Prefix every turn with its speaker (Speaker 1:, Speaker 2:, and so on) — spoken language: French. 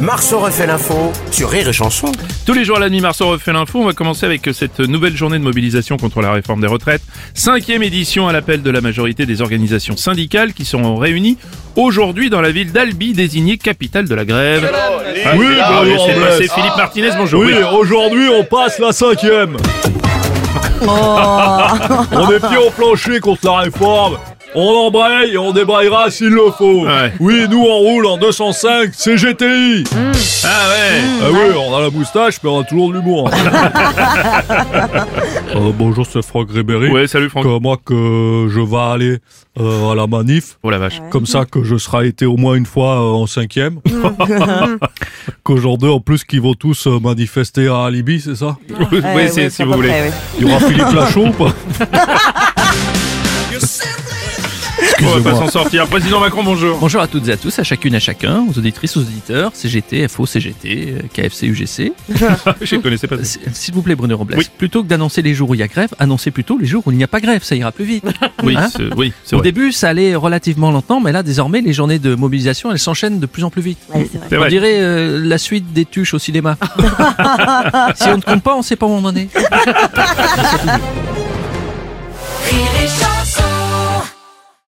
Speaker 1: Marceau refait l'info sur Rire et Chanson.
Speaker 2: Tous les jours à la nuit, Marceau refait l'info. On va commencer avec cette nouvelle journée de mobilisation contre la réforme des retraites. Cinquième édition à l'appel de la majorité des organisations syndicales qui seront réunies aujourd'hui dans la ville d'Albi, désignée capitale de la grève. Ah,
Speaker 3: Oui,
Speaker 2: c'est-
Speaker 3: bah,
Speaker 2: oui,
Speaker 3: oui,
Speaker 2: c'est
Speaker 3: on
Speaker 2: bah, c'est
Speaker 3: laisse.
Speaker 2: Philippe Martinez, bonjour.
Speaker 3: Oui,
Speaker 2: Oui.
Speaker 3: aujourd'hui on passe la cinquième.
Speaker 2: Oh.
Speaker 3: on est pieds au plancher contre la réforme. On embraye et on débraillera s'il le faut.
Speaker 2: Ouais.
Speaker 3: Oui, nous on roule en 205 CGTI.
Speaker 2: Ah ouais.
Speaker 3: Ah oui, on a la moustache, mais on a toujours de l'humour. Euh, bonjour, c'est Franck Ribéry.
Speaker 2: Ouais, salut Franck.
Speaker 3: Que moi que je vais aller euh, à la manif.
Speaker 2: Oh la vache.
Speaker 3: Comme ça que je serai été au moins une fois euh, en cinquième. Qu'aujourd'hui, en plus, qu'ils vont tous euh, manifester à Libye, c'est ça
Speaker 2: Oui, c'est si vous voulez.
Speaker 3: Il y aura Philippe Lachaud ou pas
Speaker 2: On va pas
Speaker 3: Excusez-moi.
Speaker 2: s'en sortir. Président Macron, bonjour.
Speaker 4: Bonjour à toutes et à tous, à chacune, à chacun, aux auditrices, aux auditeurs, CGT, FO, CGT, euh, KFC, UGC.
Speaker 2: Je ne connaissais pas.
Speaker 4: Euh, s- S'il vous plaît, Bruno Robles,
Speaker 2: Oui.
Speaker 4: plutôt que d'annoncer les jours où il y a grève, annoncez plutôt les jours où il n'y a pas grève, ça ira plus vite.
Speaker 2: Oui,
Speaker 4: Hein
Speaker 2: c'est- oui, c'est
Speaker 4: Au
Speaker 2: vrai.
Speaker 4: début, ça allait relativement lentement, mais là, désormais, les journées de mobilisation, elles s'enchaînent de plus en plus vite.
Speaker 2: C'est
Speaker 4: On
Speaker 2: vrai.
Speaker 4: dirait euh, la suite des tuches au cinéma. si on ne compte pas, on ne sait pas où on en est.